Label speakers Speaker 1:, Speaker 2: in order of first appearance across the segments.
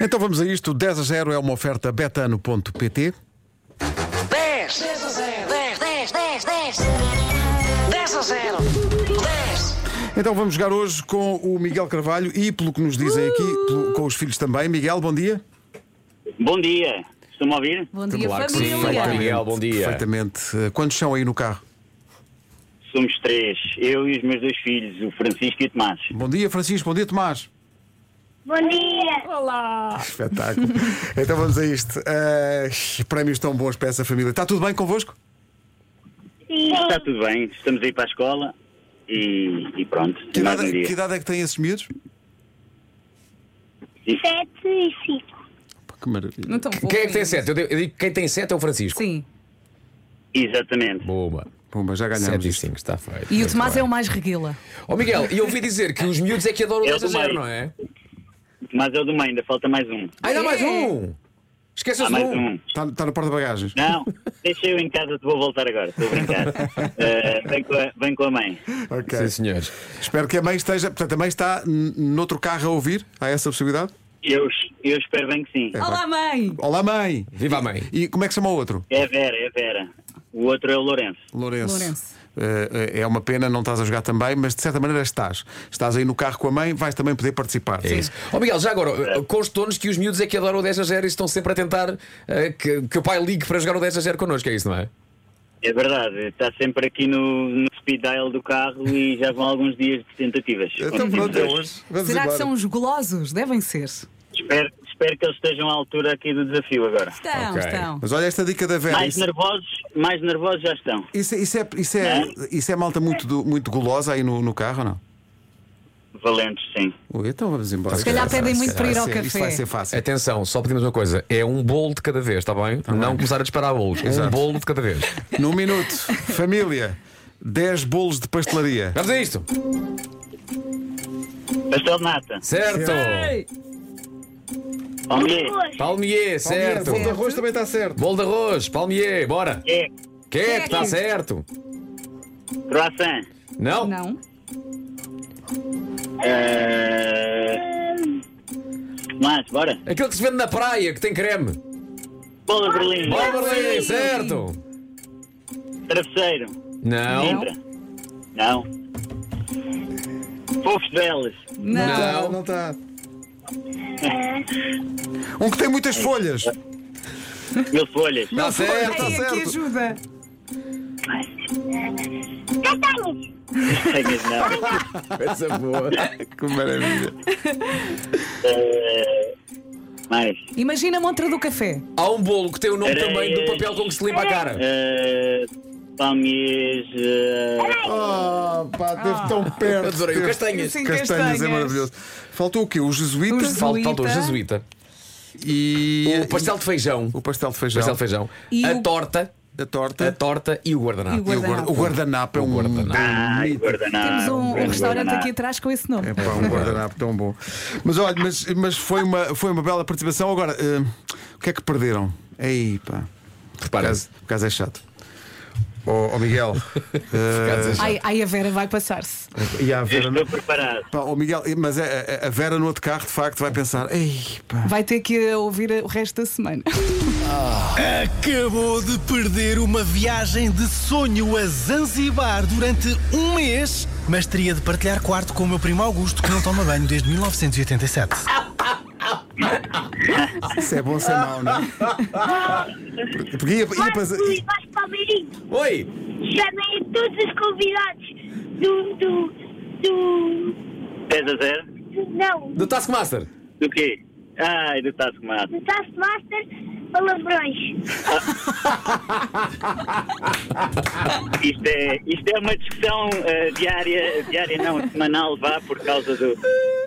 Speaker 1: Então vamos a isto. 10 a 0 é uma oferta betano.pt.
Speaker 2: 10 10 10 10 10 10 a 0 10
Speaker 1: Então vamos jogar hoje com o Miguel Carvalho e, pelo que nos dizem aqui, pelo- com os filhos também. Miguel, bom dia.
Speaker 3: Bom dia, estão-me a ouvir?
Speaker 4: Bom dia,
Speaker 5: Claro que sim,
Speaker 4: família.
Speaker 5: claro. Miguel, bom dia.
Speaker 1: Perfeitamente. Eh, Quantos são aí no carro?
Speaker 3: Somos três, eu e os meus dois filhos, o Francisco e o Tomás.
Speaker 1: Bom dia, Francisco. Bom dia, Tomás.
Speaker 6: Bom dia!
Speaker 1: Espetáculo. então vamos a isto. Eh, prémios tão bons para essa família. Está tudo bem convosco?
Speaker 6: Sim.
Speaker 3: Está tudo bem, estamos aí para a escola e, e pronto,
Speaker 1: Que
Speaker 3: mais um
Speaker 1: idade,
Speaker 3: dia.
Speaker 1: que idade é que têm esses miúdos?
Speaker 6: Sete e cinco.
Speaker 1: Que maravilha.
Speaker 4: Não tão
Speaker 5: Quem é que tem
Speaker 4: fofinhos.
Speaker 5: 7? Eu digo, eu digo que quem tem 7 é o Francisco.
Speaker 4: Um Sim.
Speaker 3: Exatamente.
Speaker 5: Boa.
Speaker 1: Pumba, já ganhámos
Speaker 5: 7 e
Speaker 1: isto.
Speaker 5: 5, está feito.
Speaker 4: E o
Speaker 5: Muito
Speaker 4: Tomás
Speaker 5: bem.
Speaker 4: é o mais reguila.
Speaker 5: Ó Miguel, e eu ouvi dizer que os miúdos é que adoram o
Speaker 3: É o
Speaker 5: 10 a 0,
Speaker 3: do meio.
Speaker 5: não é?
Speaker 3: O Tomás é o do meio, ainda falta mais um.
Speaker 5: Ah, Ainda há mais
Speaker 4: É.
Speaker 5: um! Esqueçam-se
Speaker 3: Há
Speaker 5: de
Speaker 3: mais
Speaker 5: um!
Speaker 3: um.
Speaker 1: Está, está no porta-bagagens.
Speaker 3: Não, deixa eu em casa, te vou voltar agora, estou a brincar. Eh, vem, com a, vem com a mãe.
Speaker 1: Ok.
Speaker 5: Sim, senhores.
Speaker 1: Espero que a mãe esteja. Portanto, a mãe está n- noutro carro a ouvir. Há essa possibilidade?
Speaker 3: Eu, eu espero bem
Speaker 1: É.
Speaker 3: que sim.
Speaker 4: Olá, mãe!
Speaker 1: Olá, mãe!
Speaker 5: Viva a mãe!
Speaker 1: E como é que se chama o outro?
Speaker 3: É a Vera, é a Vera. O outro é o Lourenço.
Speaker 1: Lourenço.
Speaker 4: Lourenço.
Speaker 1: Eh, eh, é uma pena, não estás a jogar também, mas de certa maneira estás. Estás aí no carro com a mãe, vais também poder participar.
Speaker 5: É isso. Ó Miguel, já agora, constou-nos que os miúdos é que adoram o 10 a 0 e estão sempre a tentar eh, que, que o pai ligue para jogar o 10 a 0 connosco, é isso, não é?
Speaker 3: É verdade, está sempre aqui no, no speed dial do carro e já vão alguns dias de tentativas.
Speaker 1: Então pronto, é hoje. Vamos
Speaker 4: Será que
Speaker 1: embora.
Speaker 4: são os golosos? Devem ser.
Speaker 3: Espero, espero que eles estejam à altura aqui do desafio agora.
Speaker 4: Estão,
Speaker 5: Ok.
Speaker 4: estão.
Speaker 1: Mas olha esta dica da
Speaker 5: É
Speaker 1: Vera.
Speaker 3: Mais
Speaker 1: Isso,
Speaker 3: nervosos, mais nervosos já estão.
Speaker 1: isso, é- isso é, isso, é, isso é malta muito, do- muito gulosa aí no, no carro, ou não?
Speaker 3: Valentes, sim.
Speaker 1: Ui, Então vamos embora.
Speaker 5: Se
Speaker 4: calhar pedem muito para ir ao
Speaker 1: Vai ser- Isto
Speaker 4: café.
Speaker 1: vai ser fácil.
Speaker 5: Atenção, só pedimos uma coisa: é um bolo de cada vez, está bem? não começar a disparar bolos, um bolo de cada vez.
Speaker 1: Num minuto, família, 10 bolos de pastelaria.
Speaker 5: Vamos a isto!
Speaker 3: Pastel de nata,
Speaker 5: Certo!
Speaker 4: Ei,
Speaker 3: omelê,
Speaker 5: Palmier, certo!
Speaker 1: Bolo de arroz também está certo.
Speaker 5: Bolo de arroz, palmier, bora!
Speaker 3: é,
Speaker 5: Queque,
Speaker 4: Queque.
Speaker 5: está tá certo!
Speaker 3: croissant,
Speaker 5: Não?
Speaker 4: Não.
Speaker 3: eh, mais, bora.
Speaker 5: Aquilo que se vende na praia, que tem creme.
Speaker 3: Bola de berlim,
Speaker 5: Bora, Berlim,
Speaker 4: Sim.
Speaker 5: certo!
Speaker 3: travesseiro,
Speaker 5: Não. Tá
Speaker 3: Coimbra. Não. Fofos belos,
Speaker 4: Não.
Speaker 1: Não está.
Speaker 5: tá.
Speaker 1: Um que tem muitas folhas.
Speaker 3: mil folhas,
Speaker 5: Está
Speaker 1: folha,
Speaker 5: certo!
Speaker 1: tá
Speaker 4: Ei, aqui
Speaker 1: certo.
Speaker 4: ajuda.
Speaker 6: Castanhas!
Speaker 3: tenhas não.
Speaker 5: Essa boa.
Speaker 1: Que maravilha.
Speaker 3: Eh, mais.
Speaker 4: Imagina a montra do café.
Speaker 5: Há um bolo que tem o nome
Speaker 3: Areias.
Speaker 5: também do papel com que se limpa a cara.
Speaker 3: eh, palmiers, eh,
Speaker 1: Oh, pá, teve tão perto.
Speaker 5: Ah. Adorei o
Speaker 1: Teve-
Speaker 5: castanhas.
Speaker 4: Sim,
Speaker 1: Castanhas, é maravilhoso. Faltou o quê? Os jesuítas
Speaker 4: Os-
Speaker 5: Fal- Faltou o
Speaker 4: Jesuíta.
Speaker 5: jesuíta.
Speaker 1: e
Speaker 5: O pastel de feijão.
Speaker 1: o pastel de feijão.
Speaker 5: Pastel de feijão.
Speaker 4: E
Speaker 5: A
Speaker 4: o-
Speaker 5: torta.
Speaker 1: Da
Speaker 5: A
Speaker 1: torta.
Speaker 5: torta e o
Speaker 4: E o
Speaker 5: guardanapo.
Speaker 1: E o guar- o guardanapo é um
Speaker 5: guardanapo.
Speaker 3: ai,
Speaker 1: bonito.
Speaker 3: guardanapo.
Speaker 4: Temos um, um
Speaker 3: grande
Speaker 4: restaurante
Speaker 3: guardanapo.
Speaker 4: aqui atrás com esse nome.
Speaker 1: É pá, um guardanapo tão bom. Mas olha, mas, mas foi, uma, foi uma bela participação. Agora, eh, o que é que perderam? Ei, pá. Por
Speaker 5: Repara.
Speaker 1: acaso, por acaso é chato. Ó ó, Miguel. eh,
Speaker 4: Ai, ai, a Vera vai passar-se.
Speaker 1: e a
Speaker 3: Eu
Speaker 1: Vera.
Speaker 3: estou preparado.
Speaker 1: Pá, ó, Miguel, eh, mas a, a- a Vera no outro carro, de facto, vai pensar: ei, pá.
Speaker 4: Vai ter que ouvir o resto da semana.
Speaker 7: Acabou de perder uma viagem de sonho a Zanzibar durante um mês, mas teria de partilhar quarto com o meu primo Augusto, que não toma banho desde 1987.
Speaker 1: Se é bom, se é mau, não é? Porque ia, ia para-
Speaker 6: Vasco e Vasco Palmeirinho
Speaker 5: Oi!
Speaker 6: chamem todos os convidados do. do. do.
Speaker 3: 10 a 0?
Speaker 6: do não,
Speaker 5: Do Taskmaster.
Speaker 3: Do quê? Ai, do Tascomado.
Speaker 6: do Taskmaster Palavrões.
Speaker 3: Isto é, isto é uma discussão eh, diária, diária não, semanal, vá, por causa do,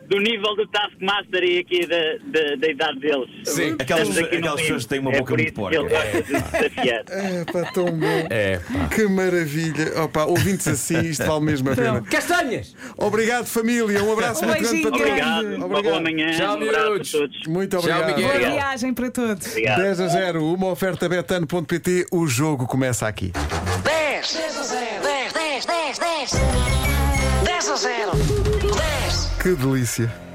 Speaker 3: do nível do Taskmaster e aqui da, da, da idade deles.
Speaker 5: Sim,
Speaker 8: aquelas-
Speaker 3: Estamos aqui no
Speaker 8: aquelas
Speaker 3: limbo.
Speaker 8: pessoas que têm uma
Speaker 3: é
Speaker 8: boca
Speaker 3: por
Speaker 8: muito
Speaker 3: isso que Ele
Speaker 8: porca.
Speaker 3: gosta de desafiar.
Speaker 1: É pá, tão bom.
Speaker 5: É. pá.
Speaker 1: Que maravilha. Opa, ouvintes assim, isto vale mesmo a pena.
Speaker 5: Castanhas!
Speaker 1: Obrigado, família. Um abraço
Speaker 4: Um
Speaker 1: muito grande
Speaker 4: beijinho
Speaker 1: para todos.
Speaker 3: Obrigado, uma
Speaker 1: Obrigado.
Speaker 3: boa manhã,
Speaker 5: Tchau,
Speaker 3: um abraço
Speaker 5: miúdos.
Speaker 3: a todos.
Speaker 1: Muito
Speaker 5: Tchau,
Speaker 1: obrigado.
Speaker 5: Miguel.
Speaker 4: Boa
Speaker 3: Obrigado.
Speaker 4: viagem para todos.
Speaker 1: 10
Speaker 3: Obrigado.
Speaker 1: a 0, uma oferta betano.pt. O jogo começa aqui.
Speaker 2: 10 10 10 10 10 10 a 0 10
Speaker 1: Que delícia.